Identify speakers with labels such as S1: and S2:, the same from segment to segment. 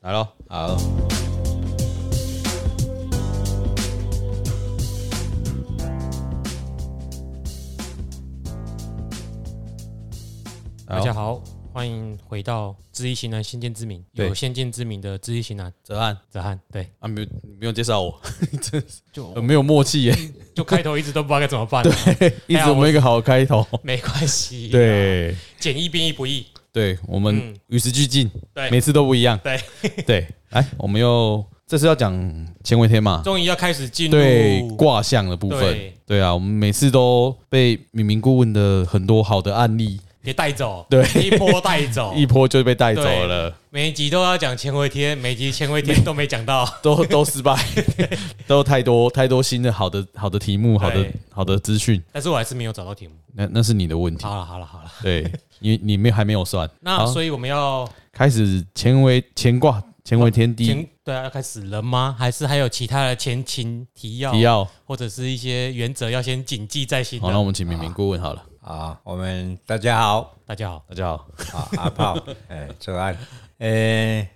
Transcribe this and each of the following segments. S1: 好喽，好。
S2: 大家好，欢迎回到《知易行难，先见之明》，
S1: 对
S2: 有先见之明的《知易行难》，
S1: 泽汉
S2: 泽汉对，
S1: 啊，没有你不用介绍我， 真是呃
S2: 就
S1: 很没有默契耶，
S2: 就开头一直都不知道该怎么办、啊，
S1: 一直我们一个好开头。
S2: 没关系，， 啊
S1: 对，
S2: 简易变易不易，
S1: 对，我们
S2: 嗯
S1: 与时俱进，
S2: 对
S1: 每次都不一样。
S2: 对
S1: 对，来，我们又这次要讲乾为天嘛，
S2: 终于要开始进入
S1: 对卦象的部分
S2: 对。
S1: 对啊，我们每次都被敏明顾问的很多好的案例
S2: 给带走，
S1: 对
S2: 一波带走，
S1: 一波就被带走
S2: 哦对
S1: 了，
S2: 每一集都要讲乾为天，每一集乾为天都没讲到，
S1: 都都失败， 都太多太多新的好的好的题目，好的
S2: 对
S1: 好的资讯，
S2: 但是我还是没有找到题目。
S1: 那那是你的问题。
S2: 好了好了好了，
S1: 对，你你们还没有算。
S2: 那
S1: 好
S2: 所以我们要
S1: 开始乾为乾卦，乾为天地
S2: 前对啊要开始了吗？还是还有其他的前情提要，
S1: 提要。
S2: 或者是一些原则哦要先谨记在心
S1: 好，那我
S2: 的？
S1: 们请敏明顾问好了。
S3: 啊，我们大家好
S2: 大家好，
S1: 大家好，
S3: 啊，阿炮， 哎、周安，哎、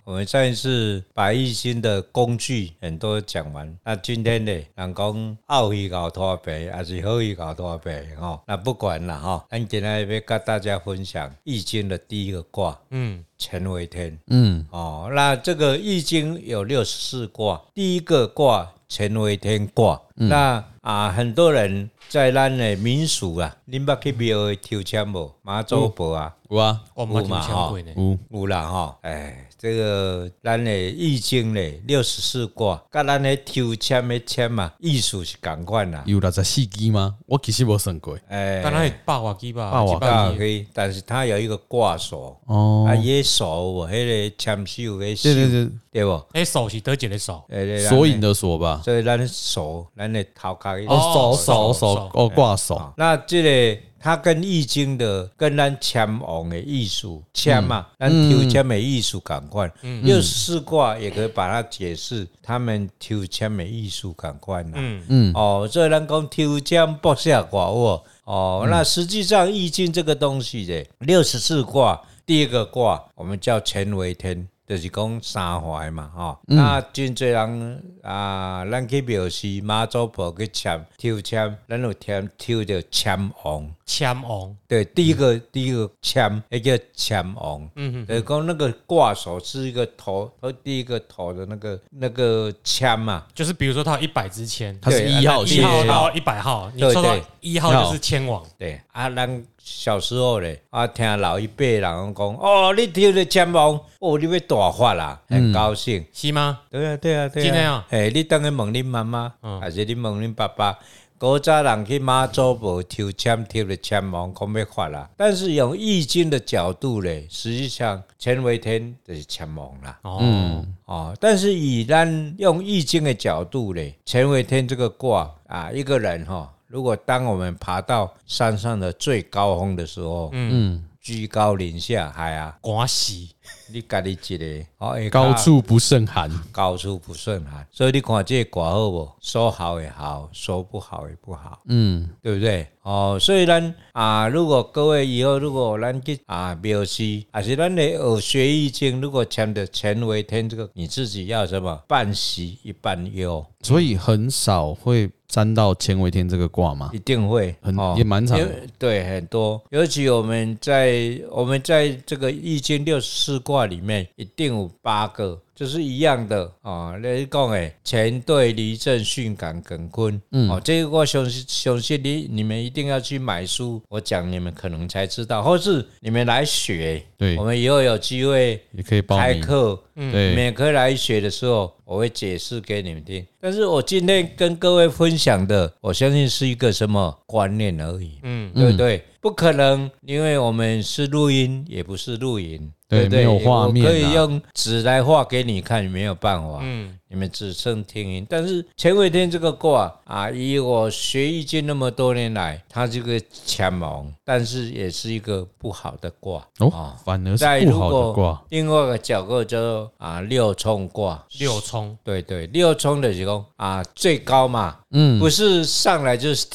S3: 我们上一次百亿星的工具很多讲完，那今天呢，人讲奥义搞拖肥，还是好义搞拖肥哦，那不管了哈、哦，咱今天要跟大家分享易经的第一个卦
S2: 嗯，
S3: 乾为天
S1: 嗯，
S3: 哦，那这个易经有六十四卦，第一个卦乾为天卦，
S1: 嗯
S3: 那啊很多人。在咱的民俗啊，恁捌去庙会抽签无？妈祖婆啊，
S1: 有啊，
S2: 我们挺强鬼呢，
S1: 有
S3: 有啦吼，哎，这个咱的易经嘞六十四卦，甲咱的抽签的签嘛，意思是共款啦。
S1: 有六十四支吗？我其实无算过。
S3: 哎，
S2: 当然有霸瓦基吧，
S1: 霸王
S3: 啊
S2: 基
S3: 可以，但是它有一个卦手，
S1: 哦
S3: 啊，，也手我迄个签手的手
S1: 对，对
S3: 对不？
S2: 哎，手是得解的手，
S3: 哎对
S1: 对，
S3: 咱的
S1: 索引的索吧。
S3: 所以咱的手，咱的头壳的
S1: 哦，手手
S2: 手
S1: 手
S2: 手，
S1: 哦，挂手。
S3: 啊那这个它跟易经的跟咱签王的艺术签嘛，咱抽签的艺术感官，六十四卦也可以把它解释他们抽签的艺术感官啦。
S2: 嗯
S1: 嗯
S3: 哦，所以咱讲抽签卜下卦哦。
S1: 嗯
S3: 哦，那实际上易经这个东西的六十四卦，第一个卦我们叫乾为天。就是讲三怀嘛，吼、
S1: 嗯
S3: 那真侪人啊，咱去庙示妈祖婆去签抽签，咱有签抽着签王，
S2: 签王，
S3: 对，第一
S1: 嗯
S3: 个、第一个签，那叫签王，
S2: 嗯
S3: 等于讲那个挂手是一个头，头第一个头的那个那个签嘛，
S2: 就是比如说他有一百支签，
S1: 它是
S3: 对
S1: 一号
S2: 一
S1: 签，哦
S2: 号到一百号，你
S3: 对
S2: 抽到
S3: 对
S2: 一号就是签王，
S3: 对啊，咱小时候咧，啊，听老一辈人讲，哦，你抽了签王，哦，你要大发啦，很高兴。
S2: 是吗？
S3: 对啊，对啊，对啊。
S2: 真的啊哦
S3: 嘿，你当然问恁妈妈，还是你问恁爸爸？古早人去妈祖婆抽签，抽了签王，讲要发啦。但是用易经的角度咧，实际上乾为天就是签王啦。
S2: 哦，
S3: 哦，但是以咱用易经的角度嘞，乾为天这个卦啊，一个人哈、如果当我们爬到山上的最高峰的时候，
S1: 嗯，
S3: 居高临下，哎呀，
S2: 瓜西，
S3: 你家己一个哦，下
S1: 高
S3: 骹
S1: 处不胜寒。
S3: 高处不胜寒，所以你看这个卦好不？说好也好，说不好也不好。
S1: 嗯，
S3: 对不对？哦，所以咱啊，如果各位以后如果咱去啊庙师，还是咱的学学易经，如果签的乾为天这个，你自己要什么半喜一半忧，
S1: 所以很少会沾到乾为天这个卦嘛
S3: 一，定会哦
S1: 很也蛮常
S3: 因。为对，很多，尤其我们在我们在这个易经六十四卦里面，一定有八个，就是一样的啊。你讲诶，乾兑离震巽坎艮坤，嗯，哦，这个我相信相信你你们一定要去买书，我讲你们可能才知道，或是你们来学，
S1: 对
S3: 我，们以后有机会
S1: 也可以报
S3: 开
S1: 名。
S3: 课，嗯
S1: 对，
S3: 每科来学的时候，我会解释给你们听。但是我今天跟各位分享的，我相信是一个什么观念而已，
S2: 嗯
S3: 嗯，对不对？不可能，因为我们是录音，也不是录影，
S1: 对
S3: 不对？
S1: 没有画面啊
S3: 我可以用纸来画给你看，没有办法。
S2: 嗯，
S3: 你们只剩听音，但是乾为天这个卦啊，以我学易经那么多年来，它这个强猛，但是也是一个不好的卦
S1: 哦，反而
S3: 在
S1: 是不
S3: 如
S1: 好的
S3: 果
S1: 卦。
S3: 另外一个角度叫做啊六冲卦，
S2: 六冲，
S3: 对对，六冲就是讲啊最高嘛，
S1: 嗯
S3: 不是上来就是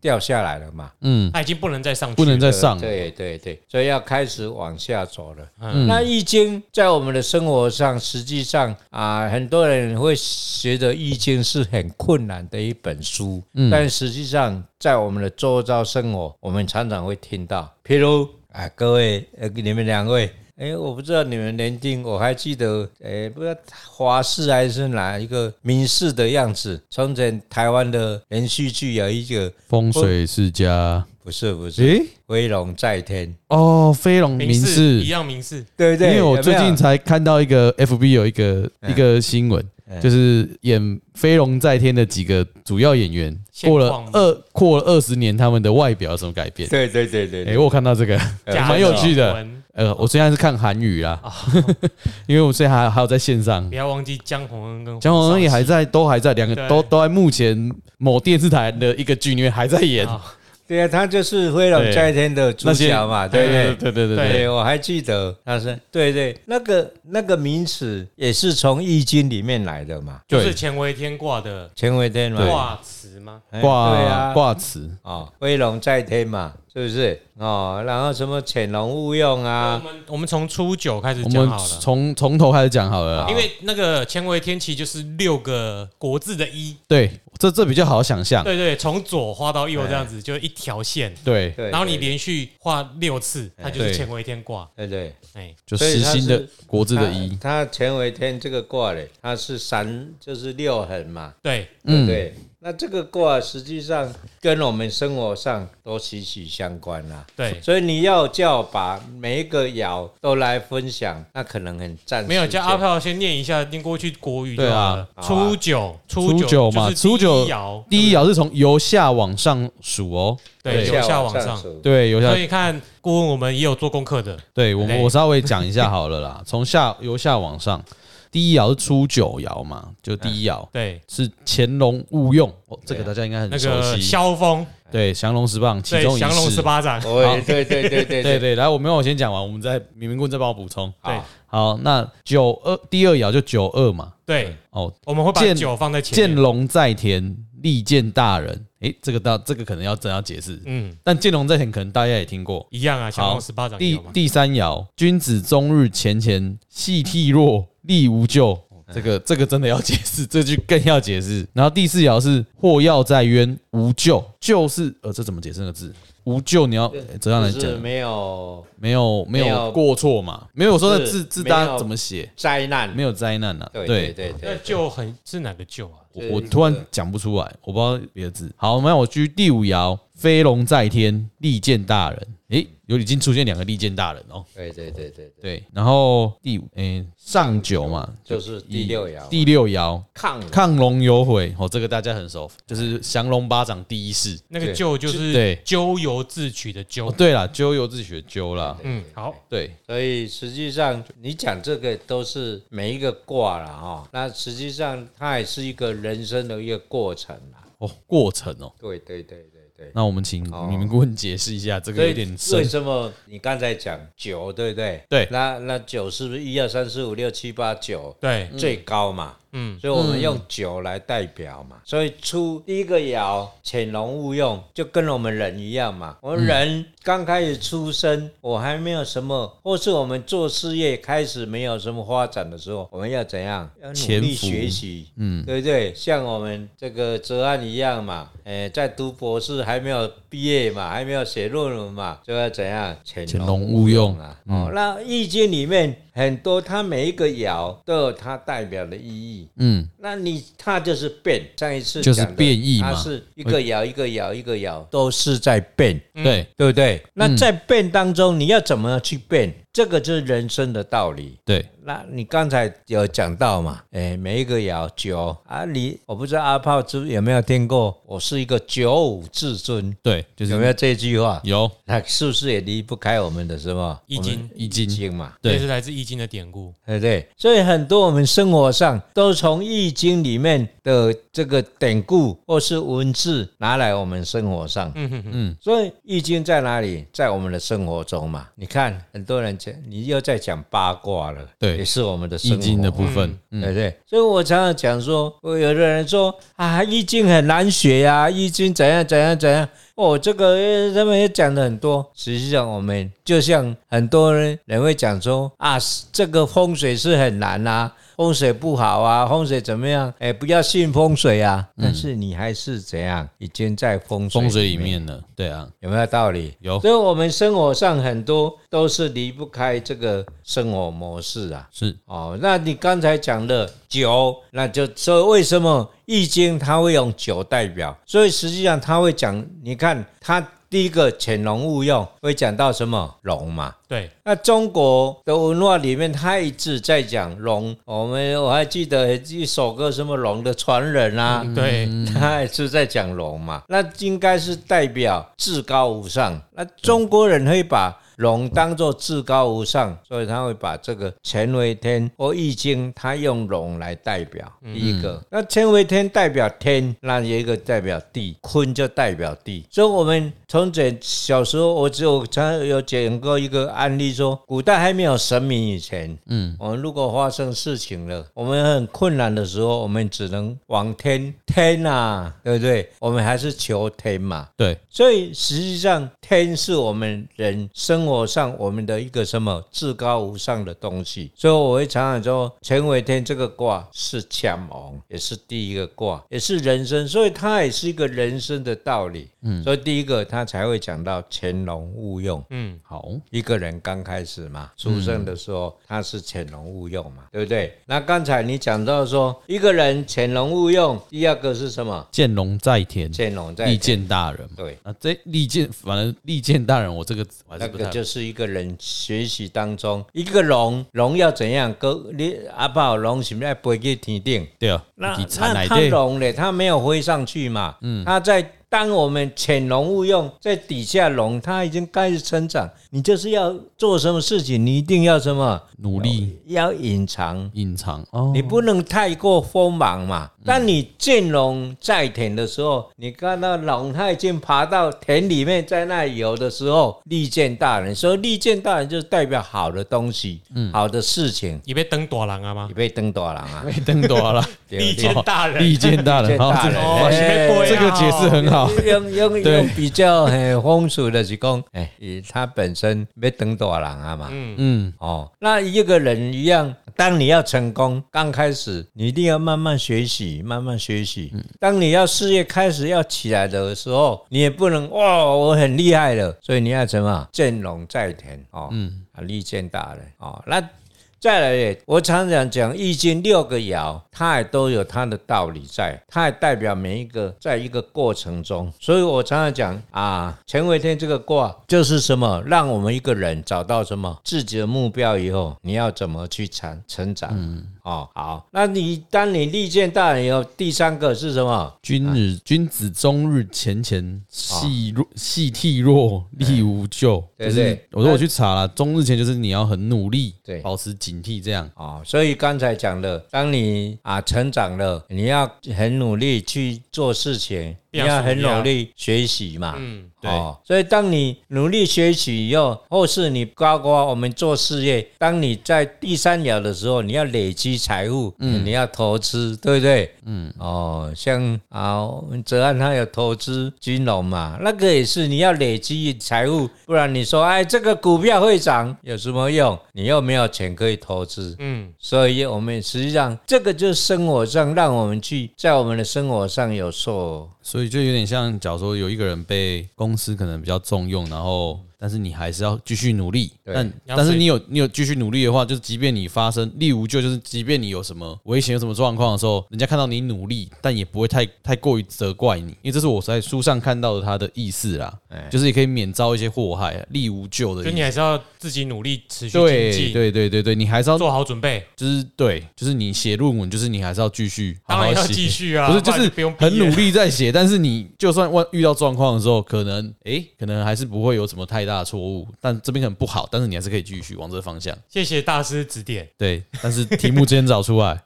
S3: 掉下来了嘛？
S1: 嗯，
S2: 他已经不能再上去，
S1: 不能再上了，
S3: 对对对，所以要开始往下走了。
S1: 嗯
S3: 那易经在我们的生活上，实际上啊、很多人会觉得易经是很困难的一本书，
S1: 嗯
S3: 但实际上在我们的周遭生活，我们常常会听到，譬如啊，各位呃，你们两位。哎，我不知道你们年轻，我还记得，哎，不知道华视还是哪一个民视的样子。从前台湾的连续剧有一个，
S1: 风水世家，
S3: 不是不是，
S1: 诶，
S3: 飞龙在天，
S1: 哦，飞龙
S2: 名
S1: 名
S2: 士
S1: 士
S2: 一，样名士，
S3: 对不
S1: 因
S3: 对？
S1: 为我
S3: 有没
S1: 最
S3: 有
S1: 近才看到一个 FB 有一个一个新闻，就是演《飞龙在天》的几个主要演员，
S2: 现
S1: 过
S2: 况
S1: 了二过了二十年，他们的外表有什么改变？
S3: 对对对对
S1: 哎、
S3: 对，
S1: 我有看到这个
S3: 呃
S1: 蛮有趣
S2: 贾
S1: 的。
S2: 文
S1: 呃，我现在是看韩语啦，
S2: 哦
S1: 因为我现在还还有在线上
S2: 不，要忘记江宏恩跟
S1: 江宏恩也还
S2: 黄少
S1: 在，都还在，两个
S2: 对
S1: 都都在目前某电视台的一个剧里面还在演
S2: 啊
S3: 对啊，他就是飞龙在天的主
S1: 那些哎
S3: 角嘛，对不对？
S1: 对对对
S3: 对
S1: 对，
S3: 我还记得他是对对，那个那个名词也是从《易经》里面来的嘛，
S2: 就
S1: 对
S2: 是乾为天卦的
S3: 乾为天嘛，
S2: 卦辞吗？
S3: 哎对
S1: 挂
S3: 啊，
S1: 挂词，
S3: 哦，飞龙在天嘛，是不是？哦，然后什么潜龙勿用
S2: 我
S3: 啊，
S2: 们我们从初九开始
S1: 我
S2: 讲
S1: 们
S2: 好了。
S1: 从从头开始讲好了啦。
S2: 因为那个乾为天其实就是六个国字的一，
S1: 对，这这比较好想象。
S2: 对对，从左画到右这样子，就一条线，
S1: 哎对，哎
S3: 对，
S2: 然后你
S3: 对
S2: 连续画六次，它就是
S1: 对
S2: 乾为天卦。
S3: 对对，
S2: 哎，
S1: 就
S3: 所以
S1: 实
S3: 它
S1: 心的
S3: 是
S1: 国字的
S3: 它
S1: 一，
S3: 它乾为天这个卦嘞，它是三，就是六横嘛，
S2: 对，
S3: 对
S1: 嗯
S3: 不对？那这个卦实际上跟我们生活上都息息相关啊啦、
S2: 对
S3: 所以你要叫把每一个爻都来分享，那可能很占时间
S2: 没有叫阿飘先念一下，念过去国语就
S1: 对
S2: 好
S1: 啊
S2: 了。
S3: 好啊
S2: 初九，初
S1: 初
S2: 九
S1: 九嘛
S2: 就是
S1: 初九
S2: 第一爻，
S1: 第一啊爻是从由下往上数哦。
S2: 对
S1: 对
S2: 由下往上
S3: 数
S1: 对，由下
S2: 所，以看顾问我们也有做功课的，
S1: 对我
S2: 对
S1: 我稍微讲一下好了啦。 从下由下往上，第一爻是初九爻嘛，就第一爻
S2: 对，
S1: 是乾隆勿用，哦，这个
S3: 对啊
S1: 大家应该
S2: 那
S1: 很熟
S2: 个
S1: 悉。
S2: 萧峰，
S1: 对，降龙十棒其
S2: 对
S1: 中，一
S2: 降龙十
S1: 式。
S2: 八掌，
S3: 哦对对对对
S1: 对
S3: 对
S1: 对，来，我没有，我先讲完，我们再明明棍再帮我补充。
S3: 好
S1: 好，那九二第二爻就九二嘛，
S2: 对，
S1: 哦，
S2: 我们会把
S1: 见
S2: 九放在前
S1: 见
S2: 面。
S1: 龙在天，利见大人。诶，这个大这个可能要真要解释，
S2: 嗯，
S1: 但见龙在天可能大家也听过。
S2: 一样啊，降龙十八掌也
S1: 第
S2: 有嘛。
S1: 第三爻，君子终日前前，戏涕若，力无咎。这
S3: 哎
S1: 个这个真的要解释， 这句更要解释。然后第四爻是祸要在渊，无咎，就是呃，这怎么解释那个字？无咎，你要诶怎样来
S3: 就是
S1: 讲？
S3: 没有
S1: 没有没
S3: 没
S1: 有
S3: 有
S1: 过错嘛？没有说那
S3: 是
S1: 字字
S3: 没有
S1: 大家怎么写？
S3: 灾难，
S1: 没有灾难啊。
S3: 对
S1: 对
S3: 对对
S2: 那
S3: 对，
S2: 就很是哪个就啊？
S1: 我
S3: 对
S1: 我
S3: 对
S1: 突然
S3: 对
S1: 讲不出来，我不知道别的字。好，那我居第五爻，飞龙在天，利见大人。诶，有已经出现两个利见大人哦。
S3: 对对对对对，
S1: 对，然后第五，诶、上九嘛，
S3: 就是第六爻
S1: 第六爻
S3: 抗
S1: 亢龙有悔，哦，这个大家很熟，就是降龙巴掌第一式。
S2: 那个
S3: 对
S2: 咎就是
S1: 对
S2: 咎由自取的咎
S1: 哦，。对啦，咎由自取，咎啦，
S2: 嗯，好，
S1: 对，
S3: 所以实际上，你讲这个都是每一个卦了哈。那实际上，它也是一个人生的一个过程啦。
S1: 哦，过程哦。
S3: 对对对对对。
S1: 那我们请
S3: 哦
S1: 你们顾问解释一下，这
S3: 所
S1: 个有
S3: 以
S1: 点
S3: 为
S1: 深。
S3: 什么你刚才讲九，对不对？
S1: 对
S3: 那那九是不是一二三四五六七八九
S2: 对，
S3: 最高嘛？
S2: 嗯，
S3: 所以我们用九来代表嘛。所以出第一个爻，潜龙勿用，就跟我们人一样嘛。我们人刚开始出生，我还没有什么，或是我们做事业开始没有什么发展的时候，我们要怎样？要努
S1: 潜
S3: 力
S1: 伏
S3: 学习，
S1: 嗯，
S3: 对不对？像我们这个哲安一样嘛，诶、在读博士还没有毕业嘛，还没有写论文嘛，就要怎样？潜
S1: 潜龙勿用嗯
S3: 啊。哦，那易经里面很多，它每一个爻都有它代表的意义。
S1: 嗯，
S3: 那你它就是变，上一次
S1: 就是
S3: 讲的
S1: 变异嘛
S3: 它是一个爻一个爻一个爻，都是在变，
S1: 对，
S3: 对不对？那
S1: 嗯
S3: 在变当中，你要怎么去变？这个就是人生的道理。
S1: 对，
S3: 那你刚才有讲到嘛？哎，每一个爻九啊，你我不知道阿炮知有没有听过？我是一个九五至尊，
S1: 对，就是
S3: 有没有这句话？
S1: 有
S3: 那是不是也离不开我们的什么
S2: 易
S3: 我们
S2: 经
S1: 易
S3: 易
S1: 经，
S3: 经嘛？
S2: 这
S1: 对
S2: 是来自易经的典故。
S3: 对不对？所以很多我们生活上都从《易经》里面的这个典故或是文字拿来我们生活上。
S2: 嗯哼哼，
S3: 所以《易经》在哪里？在我们的生活中嘛。你看，很多人讲，你又在讲八卦了，
S1: 对
S3: 也是我们的生
S1: 易
S3: 活
S1: 经的部分，
S3: 对
S1: 嗯，
S3: 不对？所以我常常讲说，我有的人说啊，易经很难学呀、易经怎样怎样怎样。哦，这个呃他们也讲了很多。实际上，我们就像很多人人会讲说啊，这个风水是很难啊，风水不好啊，风水怎么样？哎，不要信风水啊。但是你还是怎样，已经在风
S1: 嗯
S3: 水
S1: 风水里面哦呢，对啊，
S3: 有没有道理？
S1: 有
S3: 所以我们生活上很多都是离不开这个生活模式啊。
S1: 是
S3: 哦，那你刚才讲的九，那就说为什么《易经》它会用九代表？所以实际上它会讲，你看它第一个潜龙勿用，会讲到什么龙嘛？
S2: 对，
S3: 那中国的文化里面，它一直在讲龙。我们我还记得一首歌，什么龙的传人啊，
S2: 对，
S1: 嗯
S3: 他也是在讲龙嘛，那应该是代表至高无上。那中国人会把龙当做至高无上，所以他会把这个乾为天或易经，他用龙来代表第一个。那乾为天代表天，那有一个代表地，坤就代表地。所以我们从这小时候，我只有常有讲过一个案例说古代还没有神明以前，我们如果发生事情了，我们很困难的时候，我们只能往天天啊，对不对？我们还是求天嘛。
S1: 对，
S3: 所以实际上，天是我们人生活上我们的一个什么至高无上的东西。所以我会常常说，乾为天这个卦是乾王，也是第一个卦，也是人生，所以它也是一个人生的道理。嗯，所以第一个他才会讲到潜龙勿用。
S2: 嗯，
S1: 好，
S3: 一个人刚开始
S1: 嗯
S3: 嘛，出生的时候、他是潜龙勿用嘛，对不对？那刚才你讲到说一个人潜龙勿用，第二个是什么？
S1: 见龙在天，
S3: 潜龙在
S1: 利见大人嘛。
S3: 对，
S1: 啊，这利剑，反正利剑大人，我这个我还
S3: 那
S1: 是不
S3: 个
S1: 太
S3: 就是一个人学习当中，一个龙龙要怎样？哥，你阿爸龙是不是要飞去天顶？
S1: 对啊。
S3: 那
S1: 你产
S3: 那
S1: 来
S3: 它
S1: 对，
S3: 龙嘞，它没有飞上去嘛，嗯，它在当我们潜龙勿用，在底下龙它已经开始成长，你就是要做什么事情，你一定要什么？
S1: 努力
S3: 要隐藏，
S1: 隐藏哦
S3: 你，不能太过锋芒嘛。当你见龙在田的时候，你看到龙它已经爬到田里面，在那里游的时候，利见大人，所以利见大人就是代表好的东西，
S1: 嗯
S3: 好的事情。
S2: 你被登大人啊吗
S3: 你？被登大人啊，
S1: 被瞪多了，哦
S3: 对
S2: 利剑大人
S1: 利，剑大人，
S3: 利剑大
S1: 好，这
S3: 人
S2: 哦，
S1: 个
S2: 是被
S3: 哎
S2: 背
S1: 这
S2: 啊
S1: 个解释很 好，
S3: 用用
S1: 对
S3: 用比较很风俗的是讲，哎，他本身被登大人啊嘛，
S1: 嗯，
S3: 哦，那一个人一样，当你要成功，刚开始你一定要慢慢学习，慢慢学习。当你要事业开始要起来的时候，你也不能哇，我很厉害了，所以你要什么？见龙在田哦，嗯，啊，利见大人哦，那。再来耶，我常常讲《易经》六个爻，它也都有它的道理在，它也代表每一个在一个过程中。所以我常常讲啊，乾为天这个卦就是什么，让我们一个人找到什么自己的目标以后，你要怎么去成成长。
S2: 嗯
S3: 哦，好，那你当你利见大人以后，第三个是什么？
S1: 君日
S3: 啊
S1: 君子终日前前，细弱细涕弱，力无咎。
S3: 哎对
S1: 就
S3: 对
S1: 是我说我去查了，终日前就是你要很努力，
S3: 对
S1: 保持警惕，这样
S3: 哦，所以刚才讲的，当你啊成长了，你要很努力去做事情，
S2: 不
S3: 你
S2: 要
S3: 要
S2: 输
S3: 很
S2: 掉
S3: 努力学习
S1: 啊
S3: 嘛。
S2: 嗯，
S1: 对
S3: 哦，所以当你努力学习以后，或是你包括我们做事业，当你在第三爻的时候，你要累积财富，你要投资，对不对？嗯，哦，像啊，我们泽安他有投资金融嘛，那个也是你要累积财富，不然你说哎，这个股票会涨有什么用？你又没有钱可以投资，
S2: 嗯，
S3: 所以我们实际上这个就是生活上让我们去在我们的生活上有所
S1: 所以就有点像，假如说有一个人被公司可能比较重用，然后但是你还是要继续努力，
S3: 对
S1: 但
S2: 要
S1: 但是
S2: 随
S1: 你有你有继续努力的话，就是即便你发生力无救，就是即便你有什么危险、有什么状况的时候，人家看到你努力，但也不会太太过于责怪你，因为这是我在书上看到的他的意思啦，
S2: 哎
S1: 就是也可以免遭一些祸害，力无救的
S2: 就
S1: 意
S2: 你
S1: 思。
S2: 还是要自己努力，持续精
S1: 对
S2: 进，
S1: 对对对对，你还是要
S2: 做好准备，
S1: 就是对，就是你写论文，就是你还是要继续好
S2: 当
S1: 好
S2: 然要
S1: 写
S2: 继续啊，
S1: 不是，
S2: 不
S1: 就
S2: 然
S1: 是
S2: 不用毕业
S1: 很努，力在写， 但是你就算万遇到状况的时候，可能诶，可能还是不会有什么太大的错误，但这边可能不好，但是你还是可以继续往这个方向。
S2: 谢谢大师指点。
S1: 对，但是题目今天找出来，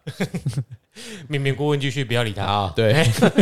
S2: 明明顾问继续不要理他
S3: 啊
S1: 对，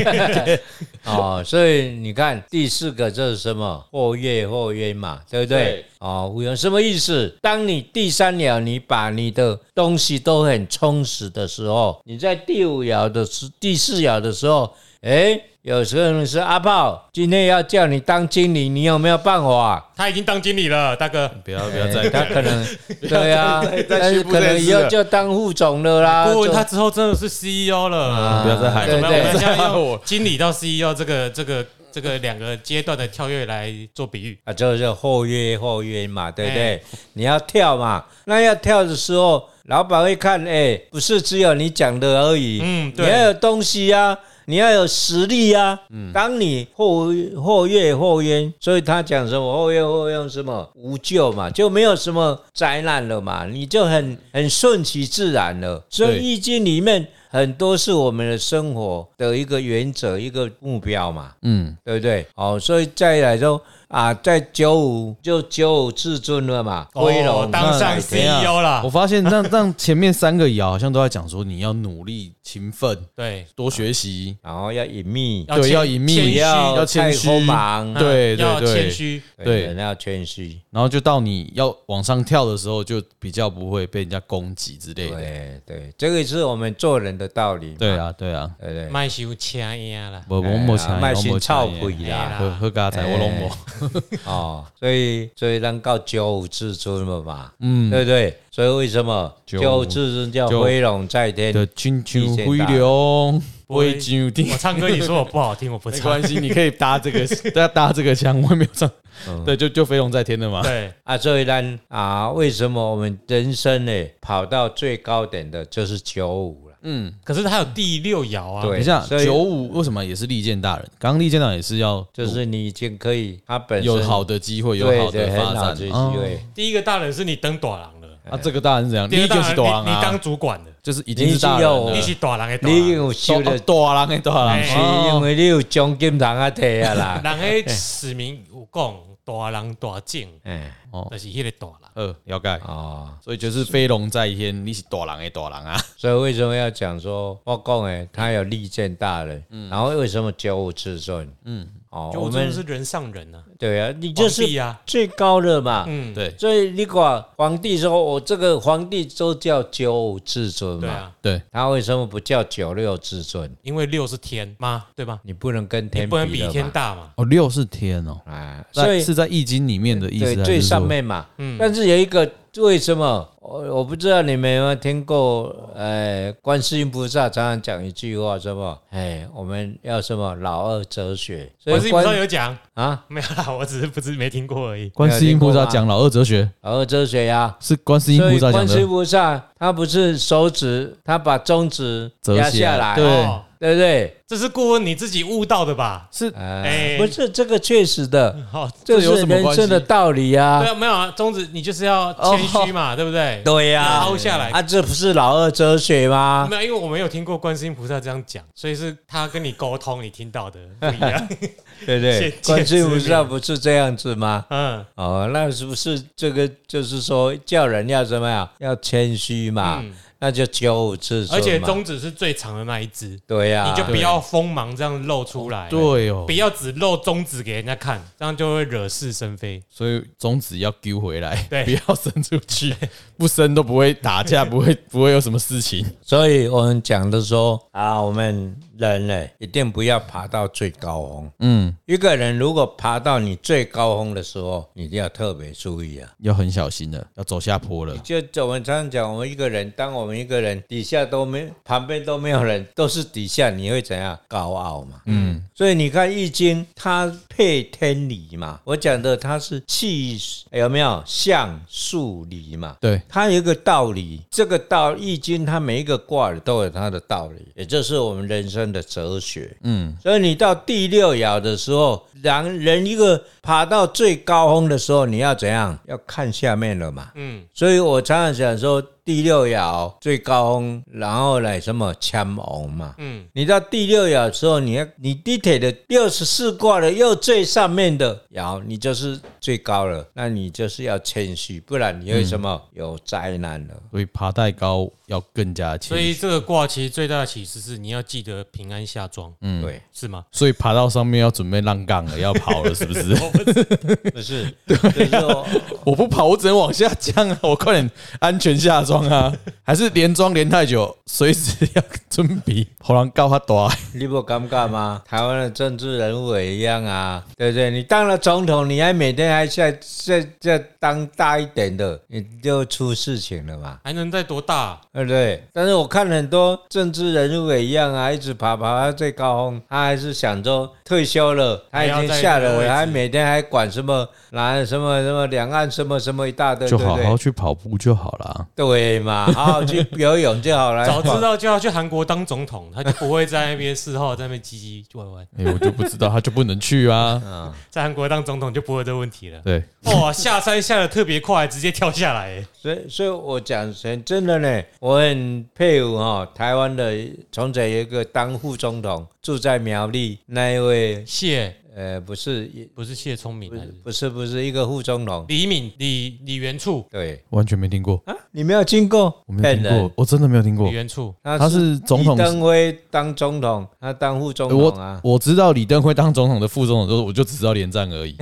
S3: 哦，所以你看第四个这是什么？或月或冤嘛，对不对？
S1: 对
S3: 哦，有什么意思？当你第三爻你把你的东西都很充实的时候，你在第五爻的时、第四爻的时候，哎，有时候是阿炮，今天要叫你当经理，你有没有办 法？
S2: 他已经当经理了，大哥。
S1: 不要不要
S3: 哎
S1: 再
S3: 他 可能对啊
S1: 再再，
S3: 但是
S1: 宣布
S3: 可
S1: 这
S3: 能
S1: 件
S3: 以
S1: 事
S3: 后
S1: 了
S3: 就当副总了啦。
S2: 顾问
S3: 就
S2: 他之后真的是 CEO 了，
S1: 不要再喊
S2: 怎
S3: 对
S2: 么
S1: 了，
S2: 样？我们
S3: 对
S2: 现在
S1: 啊对
S2: 用经理到 CEO 这个这个这个两个阶段的跳跃来做比喻。
S3: 啊，就是后约后约嘛，对不对？
S2: 哎
S3: 你要跳嘛，那要跳的时候，老板会看，哎、不是只有你讲的而已，
S2: 嗯
S3: 你
S2: 对
S3: 要有东西啊，你要有实力啊。
S2: 嗯
S3: 当你后后越后冤，所以他讲什么后越后用什么无救嘛，就没有什么灾难了嘛，你就很很顺其自然了。所以《
S1: 对
S3: 易经》里面很多是我们的生活的一个原则、一个目标嘛。
S1: 嗯，
S3: 对不对？哦，所以再来说啊，在九五就九五至尊了嘛，归
S2: 哦
S3: 拢啊
S2: 当上
S1: 那怎样
S2: CEO
S1: 我
S2: 了，
S1: 发现让让前面三个爻好像都在讲说你要努力、勤奋、
S2: 对，
S1: 多学习，
S3: 然后要隐秘，
S2: 要
S1: 对，
S2: 谦
S1: 要隐秘，
S2: 谦虚
S1: 要谦虚
S3: 太锋芒
S1: 对
S2: 要
S1: 对
S2: 谦
S1: 对。
S2: 虚，
S1: 对
S3: 人要谦虚，
S1: 然后就到你要往上跳的时候，就比较不会被人家攻击之类的。
S3: 对对，这个是我们做人的道理嘛，
S1: 对啊，对啊，
S3: 对不对？
S2: 卖修掐呀了。
S1: 我我
S3: 哎呀
S1: 没钱，
S3: 卖
S1: 我没钱
S3: 身臭屁
S2: 啦
S1: 喝喝咖仔，我拢无。
S3: 哦，所以所以能到九五至尊了嘛，嗯，对不对？所以为什么
S1: 九
S3: 九五至尊叫
S1: 九
S3: 归拢在天？
S1: 的青青灰流，不会进入地
S2: 我。唱歌你说我不好 听，我不
S1: 没
S2: 唱。
S1: 关系，你可以搭这个，搭搭这个枪，我也没有上。对，就就飞龙在天了嘛。
S2: 对，
S3: 啊，所以呢，啊，为什么我们人生呢跑到最高点的就是九五了？
S2: 可是他有第六爻啊，
S3: 对
S1: 等一下，
S3: 所以
S1: 九五为什么也是利剑大人？刚刚利剑大人也是要
S3: 就是你已经可以，他本身
S1: 有好的机会，有
S3: 对
S1: 好的
S3: 对很
S1: 发
S3: 好
S1: 展
S3: 的机
S1: 哦
S3: 会。
S2: 第一个大人是你登短郎了，
S1: 啊，这个大人是怎样？
S2: 第
S1: 你
S2: 二个
S1: 就
S2: 大
S1: 是
S2: 人
S1: 大人
S2: 你你
S1: 啊嗯
S2: 当，主管的，
S1: 就是已经是大人
S3: 你
S1: 了
S2: 你
S3: 已，
S2: 是短郎的大
S3: 你
S2: 人，
S3: 有修的，
S1: 哦
S3: 是
S1: 大人的大人
S2: 哎
S1: 哦
S3: 因为你有奖金人啊摕啊 啦。
S2: 人的使命有讲大人大正，
S3: 嗯，
S2: 就是迄个大人。
S1: 呃，了解。
S3: 哦，
S1: 所以就是飞龙在天，你是大人的大人啊。
S3: 所以为什么要讲说，我讲诶，他有利剑大人，然后为什么九五至尊？嗯，哦，
S2: 就
S3: 我
S2: 我真
S3: 们
S2: 的是人上人啊，
S3: 对啊，你就是
S2: 皇帝啊，
S3: 最高的嘛。
S2: 嗯，
S1: 啊对
S3: 所以你管皇帝说，我这个皇帝都叫九五至尊
S2: 对
S3: 嘛，
S2: 啊，
S1: 对，
S3: 他为什么不叫九六至尊？
S2: 因为六是天嘛，对吧？
S3: 你不能跟
S2: 你
S3: 天
S2: 不能
S3: 比
S2: 比
S3: 了
S2: 天
S3: 嘛。
S2: 大嘛，
S1: 哦，六是天哦，
S3: 啊，所
S1: 在
S3: 以
S1: 是在易经里面的意思还是
S3: 对
S1: 说，嗯
S3: 最上面嘛。但是有一个为什么我我不知道你们有没有听过？呃，观世音菩萨常常讲一句话，什么？哎，我们要什么老二哲学？所
S2: 我是
S3: 以
S2: 不知
S3: 观
S2: 道有讲，
S3: 啊，
S2: 没有啦，我只是不知没听过而已。
S1: 观世音菩
S3: 没有
S1: 萨
S3: 听过吗
S1: 讲老二哲学，
S3: 老二哲学呀、
S1: 是观世
S3: 所
S1: 音菩
S3: 以
S1: 萨讲
S3: 观世音
S1: 的。
S3: 菩萨他不是手指，他把中指
S1: 折
S3: 压
S1: 起来
S3: 下来，
S1: 对
S2: 哦，
S3: 对不对？
S2: 这是顾问你自己悟到的吧？
S1: 是
S3: 哎
S2: 哎，
S3: 不是这个确实的，
S2: 好，
S3: 这
S1: 这有
S3: 是
S1: 什么
S3: 人
S1: 关
S3: 生的
S1: 系
S3: 道理呀
S2: 对。啊，没有啊，宗旨你就是要谦虚嘛，对不对？
S3: 对呀、
S2: 凹下来
S3: 啊，这不是老二哲学吗？
S2: 没有，因为我没有听过观世音菩萨这样讲，所以是他跟你沟通，你听到的不一样。
S3: 对不对
S2: 先？
S3: 观世音菩
S2: 见之
S3: 萨
S2: 明
S3: 不是这样子吗？
S2: 嗯，
S3: 哦，那是不是这个就是说叫人要怎么样？要谦虚嘛，
S2: 嗯
S3: 那就九五至尊嘛
S2: 而且中指是最长的那一只，
S3: 对呀、
S2: 你就不要锋芒这样露出来，，
S1: 对哦
S2: 不，要只露中指给人家看，这样就会惹是生非。
S1: 所以种子要丢回来，
S2: 对
S1: 不要伸出去，不伸都不会打 架，不会不会有什么事情。
S3: 所以我们讲的说啊，我们人呢一定不要爬到最高峰。
S1: 嗯，
S3: 一个人如果爬到你最高峰的时候，你一定要特别注意啊。
S1: 要很小心了，要走下坡了。
S3: 就我们常常讲，我们一个人，当我们一个人底下都没，旁边都没有人，都是底下，你会怎样？高傲嘛。嗯。所以你看《易经》，它配天理嘛。我讲的它是气，有没有象数理嘛？
S1: 对，
S3: 它有一个道理，这个道《易经》它每一个卦都有它的道理，也就是我们人生的哲学。
S1: 嗯，
S3: 所以你到第六爻的时候，人人一个爬到最高峰的时候，你要怎样？要看下面了嘛。
S2: 嗯，
S3: 所以我常常想说，第六爻最高峰，然后来什么乾翁嘛。
S2: 嗯，
S3: 你到第六爻之后，你要你地铁的六十四卦的右最上面的爻，你就是最高了。那你就是要谦虚，不然你会什么、有灾难了。
S1: 所以爬太高要更加谦
S2: 所以
S1: 虚。
S2: 这个卦其实最大的启示是你要记得平安下庄，
S3: 嗯，对，
S2: 是吗？
S1: 所以爬到上面要准备浪杠了，要跑了，是不是？
S3: 不是，就是说
S1: 我不跑，我只能往下降啊！我快点安全下装 啊！还是连装连太久，随时要准 备。后浪告他大，
S3: 你不尴尬吗？台湾的政治人物也一样啊，对不对？你当了总统，你还每天还在在在当大一点的，你就出事情了嘛。
S2: 还能再多大啊、
S3: 对不对？但是我看很多政治人物也一样啊，一直爬爬到最高峰，他还是想着退休了，他已经下
S2: 还要在那个
S3: 了，
S2: 位置
S3: 还每天还管什么拿什么什么两岸什么什么一大堆，
S1: 就
S3: 对不
S1: 好好
S3: 对？
S1: 去跑步就好了。
S3: 对嘛， 好好去游泳就
S1: 哎
S3: 好了。
S2: 早知道就要去韩国当总统，他就不会在那边事后在那边唧唧歪歪，
S1: 哎、我就不知道，他就不能去啊。
S2: 在韩国当总统就不会有这个问题了。
S1: 对，
S2: 哇，下山下的特别快，直接跳下来。
S3: 所以，所以我讲真真的呢，我很佩服哈、台湾的从前有一个当副总统住在苗栗那一位，
S2: 谢
S3: 呃，不是，也
S2: 不是谢聪明，
S3: 不
S2: 还
S3: 是
S2: 是，
S3: 不是，不是一个副总统，
S2: 李敏李李元处，
S3: 对
S1: 完全没听过，
S3: 啊，你没有听过？
S1: 我没有听过，，我真的没有听过
S2: 李。元处
S1: 他是总统
S3: 李登辉当总统，他当副总
S1: 呃
S3: 统
S1: 我
S3: 啊，
S1: 我知道李登辉当总统的副总统的时候，我就只知道连战而 已，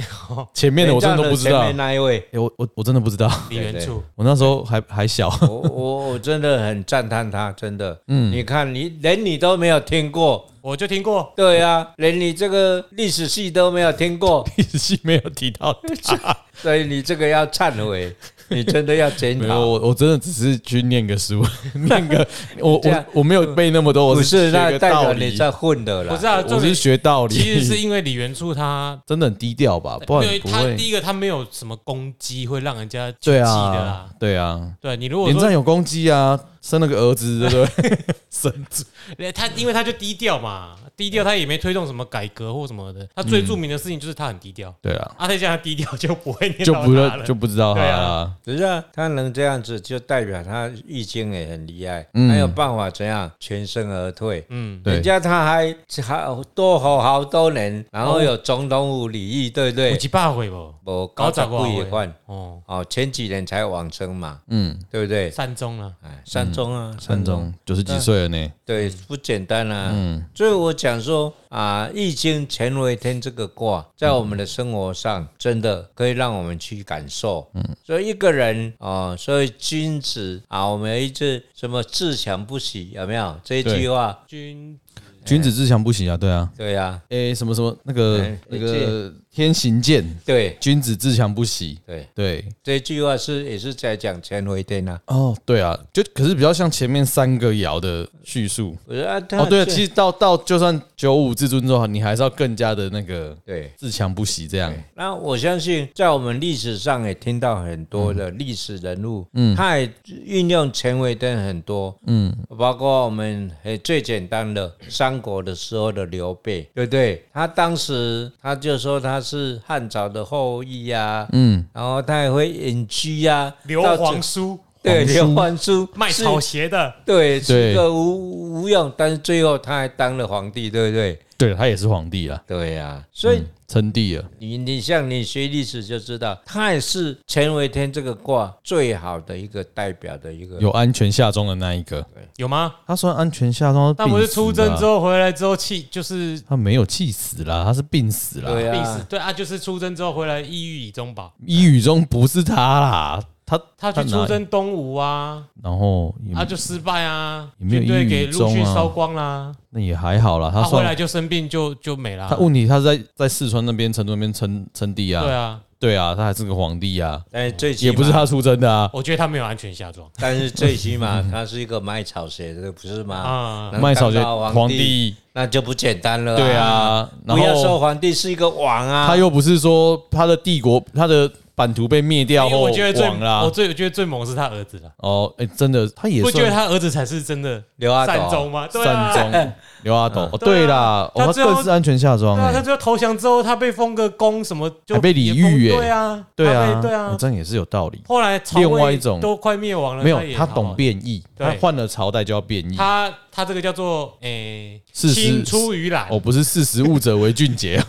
S1: 前面的我真的都不知道。
S3: 前面
S1: 哎、
S3: 那一位，
S1: 我我我真的不知道，
S2: 李元处，
S1: 我那时候还还小。
S3: 我我我真的很赞叹他，真的，嗯，你看你连你都没有听过，
S2: 我就听过。
S3: 对啊，连你这个历史系都没有听过，
S1: 历史系没有提到他，
S3: 所以你这个要忏悔，你真的要检
S1: 没有，
S3: 讨。
S1: 我我真的只是去念个书， 念个我
S3: 这样
S1: 我我没有背那么多，我
S3: 不是，
S1: 是
S3: 那
S1: 学个
S3: 代
S1: 道
S3: 表
S1: 理
S3: 你在混的
S2: 我
S3: 啦
S2: 知。道，
S1: 我
S2: 啊重
S1: 是
S2: 点
S1: 学道理，
S2: 其实是因为李元处他
S1: 真的很低调吧，不
S2: 没
S1: 然
S2: 有
S1: 不
S2: 他
S1: 会
S2: 第。一个他没有什么攻击会让人家去记
S1: 对
S2: 得
S1: 啊
S2: 啦。，
S1: 对啊，
S2: 对你如果
S1: 连
S2: 说
S1: 战有攻击啊，生了个儿子，对不对？ 生子
S2: 他，因为他就低调嘛，低调他也没推动什么改革或什么的。他
S1: 嗯
S2: 最著名的事情就是他很低调，
S1: 对啊，
S2: 啊，再加上低调就不会念
S1: 就
S2: 到
S1: 不
S2: 他
S1: 就
S2: 了。
S1: 不知道他
S2: 对
S1: 啦
S2: 啊。
S3: 只是啊他能这样子，就代表他易经也很厉害，
S1: 嗯
S3: 他有办法怎样全身而退。
S2: 嗯，
S1: 对
S3: 人家他还还多好好多年，然后有总统府礼仪，对不
S2: 有
S3: 对？
S2: 几百回不？
S1: 哦
S3: 我
S2: 高
S3: 高
S2: 十
S3: 长贵
S2: 几
S3: 也换
S2: 回哦，
S3: 哦，前几年才往生嘛，
S1: 嗯，
S3: 对不对？
S2: 善终了。
S3: 哎，山中啊，
S1: 三中九十几岁了呢，
S3: 对，不简单啊。
S1: 嗯
S3: 所以我讲说啊，《易经》乾为天这个卦，在我们的生活上
S1: 嗯
S3: 真的可以让我们去感受。嗯，所以一个人啊、所以君子啊，我们有一句什么“自强不息”，有没有这一句话？
S2: 君
S1: 君子自强不息啊，对啊。
S3: 对呀、
S1: 诶，什么什么那个
S3: 哎
S1: 那个天行健，
S3: 对
S1: 君子自强不息，
S3: 对，
S1: 对。
S3: 这句话是也是在讲乾为天啊。
S1: 哦，对啊，就可是比较像前面三个爻的叙述。
S3: 我说啊，他
S1: 哦，对啊，
S3: 这
S1: 其实到到就算九五至尊之后，你还是要更加的那个
S3: 对。
S1: 自强不息这样。
S3: 那我相信，在我们历史上也听到很多的历史人物，嗯，他也运用乾为灯很多，嗯，包括我们呃最简单的三国的时候的刘备，对不对？他当时他就说他是汉朝的后裔啊，
S1: 嗯，
S3: 然后他也会隐居啊，
S2: 刘
S3: 到
S2: 皇
S3: 这
S2: 叔
S3: 对
S1: 皇叔
S3: 刘皇叔
S2: 卖
S3: 是
S2: 草鞋的，
S3: 对，是
S1: 对
S3: 个无无用，但是最后他还当了皇帝，对不对？
S1: 对，他也是皇帝啊，
S3: 对呀、所以
S1: 称帝了。
S3: 你你像你学历史就知道，它也是乾为天这个卦最好的一个代表的一个。
S1: 有安全下装的那一个，
S2: 有吗？
S1: 他算安全下装，
S2: 他不是出征之
S1: 后，
S2: 后回来之后气就是
S1: 他没有气死啦，他是病死啦。
S3: 对
S2: 病死
S3: 啊，，
S2: 对啊，就是出征之后回来抑郁以终吧。
S1: 一语中不是他啦，他
S2: 他去
S1: 哪
S2: 出
S1: 里，
S2: 征东吴啊，
S1: 然后也
S2: 他就失败啊，
S1: 也没有
S2: 军队
S1: 抑郁
S2: 给
S1: 以
S2: 陆续
S1: 终啊
S2: 烧光啦，
S1: 那也还好啦，
S2: 他
S1: 他
S2: 回来
S1: 算
S2: 就生病就就没啊啦
S1: 他。啊问题他是在在四川那边成都那边称称帝
S2: 对
S1: 啊，
S2: 啊，
S1: 对啊，他还是个皇帝啊，
S3: 但是最起码
S1: 也不是，他出征的啊，
S2: 我觉得他没有安全下装
S3: 但是最起码他是一个卖草鞋的，不是吗？
S2: 啊。
S1: 嗯
S3: 能
S1: 卖草鞋
S3: 当到
S1: 皇
S3: 皇
S1: 帝，
S3: 那就不简单了。
S1: 对，啊，然
S3: 不要说
S1: 后
S3: 皇帝是一个王啊，
S1: 他又不是说他的帝国他的版图被灭掉
S2: 啊因为
S1: 后
S2: 我觉得最
S1: 亡啦
S2: 我。最我觉得最猛的是他儿子啦。
S1: 哦，哎，真的，他也
S2: 不觉得
S1: 算
S2: 他儿子才是真的
S3: 刘阿斗
S2: 善终吗？对啊
S1: 善终。刘阿斗，哦，
S2: 对
S1: 对
S2: 啊
S1: 啦，
S2: 他
S1: 哦，他
S2: 最后
S1: 更是安全下庄
S2: 对啊，他
S1: 哎，
S2: 最后投降之后，他被封个公什么，就
S1: 还被礼遇耶
S2: 也封对啊，
S1: 对
S2: 他
S1: 啊，
S2: 被对
S1: 哦
S2: 啊。
S1: 这样也是有道理。
S2: 后来曹魏
S1: 另外一种
S2: 都快灭亡了，
S1: 没有
S2: 也，
S1: 他
S2: 逃
S1: 懂
S2: 了。
S1: 变异，他
S2: 对
S1: 换了朝代就要变异。
S2: 他他这个叫做诶，
S1: 事实
S2: 青出于蓝，
S1: 哦，不是识时务者为俊杰 啊，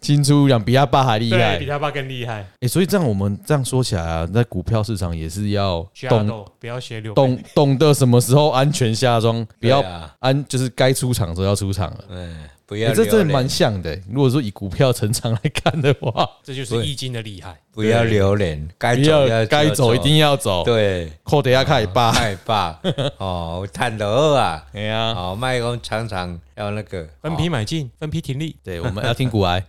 S1: 青出于蓝比他爸还厉害
S2: 对。比他爸更厉害。
S1: 哎，所以这样我们这样说起来啊，在股票市场也是要
S2: 学阿
S1: 懂
S2: 斗，不要学刘备
S1: 懂懂得什么时候安全下庄，不要
S3: 对啊
S1: 安就是该出场的时候要出场了。
S3: 嗯，不要
S1: 欸、
S3: 流
S1: 这
S3: 泪，
S1: 真的蛮像的欸、如果说以股票成长来看的话，
S2: 这就是易经的厉害。
S3: 不要留恋，该
S1: 不
S3: 走要啊
S1: 要该走一定要走，
S3: 对，
S1: 扣等下开吧。
S3: 卖吧，哦，我赚到二啊，
S1: 哎呀，
S3: 哦，卖工常常要那个
S2: 分批买进，分批停利。
S1: 对，我们要听股癌，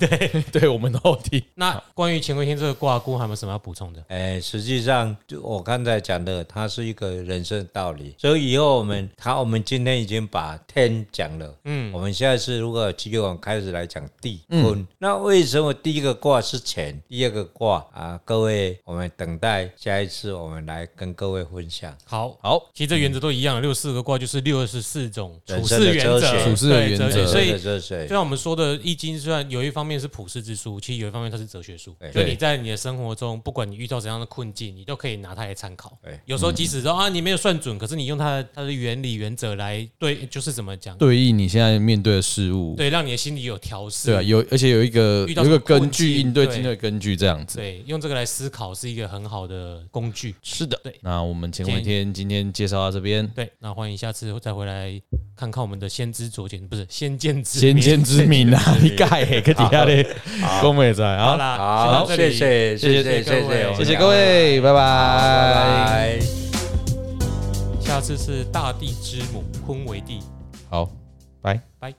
S1: 对，对，我们都要听。
S2: 那关于乾坤天这个卦估，还有没有什么要补充的？
S3: 哎，实际上就我刚才讲的，它是一个人生的道理。所以以后我们，好，我们今天已经把天讲了，嗯，我们下次如果有机会，我们开始来讲地坤。
S2: 嗯
S3: 那为什么第一个卦是乾，第二个卦啊？各位，我们等待下一次，我们来跟各位分享。
S2: 好，
S1: 好，
S2: 其实这原则都一样，六十四个卦就是六十四种处
S3: 人生
S2: 事
S3: 的
S2: 原
S3: 哲
S2: 则，
S3: 学
S1: 处事的
S2: 对
S1: 原
S2: 哲
S1: 则
S2: 学所以
S3: 呃这这
S2: 就
S3: 这，
S2: 像我们说的，《易经》虽然有一方面是普世之书，其实有一方面它是哲学书
S3: 对。
S2: 就你在你的生活中，不管你遇到怎样的困境，你都可以拿它来参考
S3: 对。
S2: 有时候即使说啊，你没有算准，可是你用它的它的原理原则来对，就是怎么讲，
S1: 对应你现在面对的事物，
S2: 对，让你的心里有调试。
S1: 对啊，有而且有一个
S2: 遇到
S1: 有一个
S2: 什么
S1: 根
S2: 困
S1: 据
S2: 境
S1: 应对
S2: 对
S1: 进的根据这样子。
S2: 对，用这个来思考是一个很好的工具。
S1: 是的
S2: 对，
S1: 那我们乾坤天今天介绍到这边，
S2: 对，那欢迎下次再回来看看我们的先知灼见，不是先见之
S1: 先
S2: 明
S1: 见之明啊，你盖欸个底下嘞，公美仔
S2: 好
S1: 啊，
S2: 啦，先
S3: 好，
S2: 到这
S3: 谢
S2: 里
S3: 谢，谢
S2: 谢
S3: 谢，
S2: 谢
S3: 谢
S2: 各
S3: 谢
S2: 位，
S3: 我们
S1: 谢谢
S3: 两
S1: 各
S3: 位，
S1: 位，拜
S3: 拜
S1: 拜。
S3: 拜。
S2: 下次是大地之母，坤为地。
S1: 好，拜。
S2: 拜。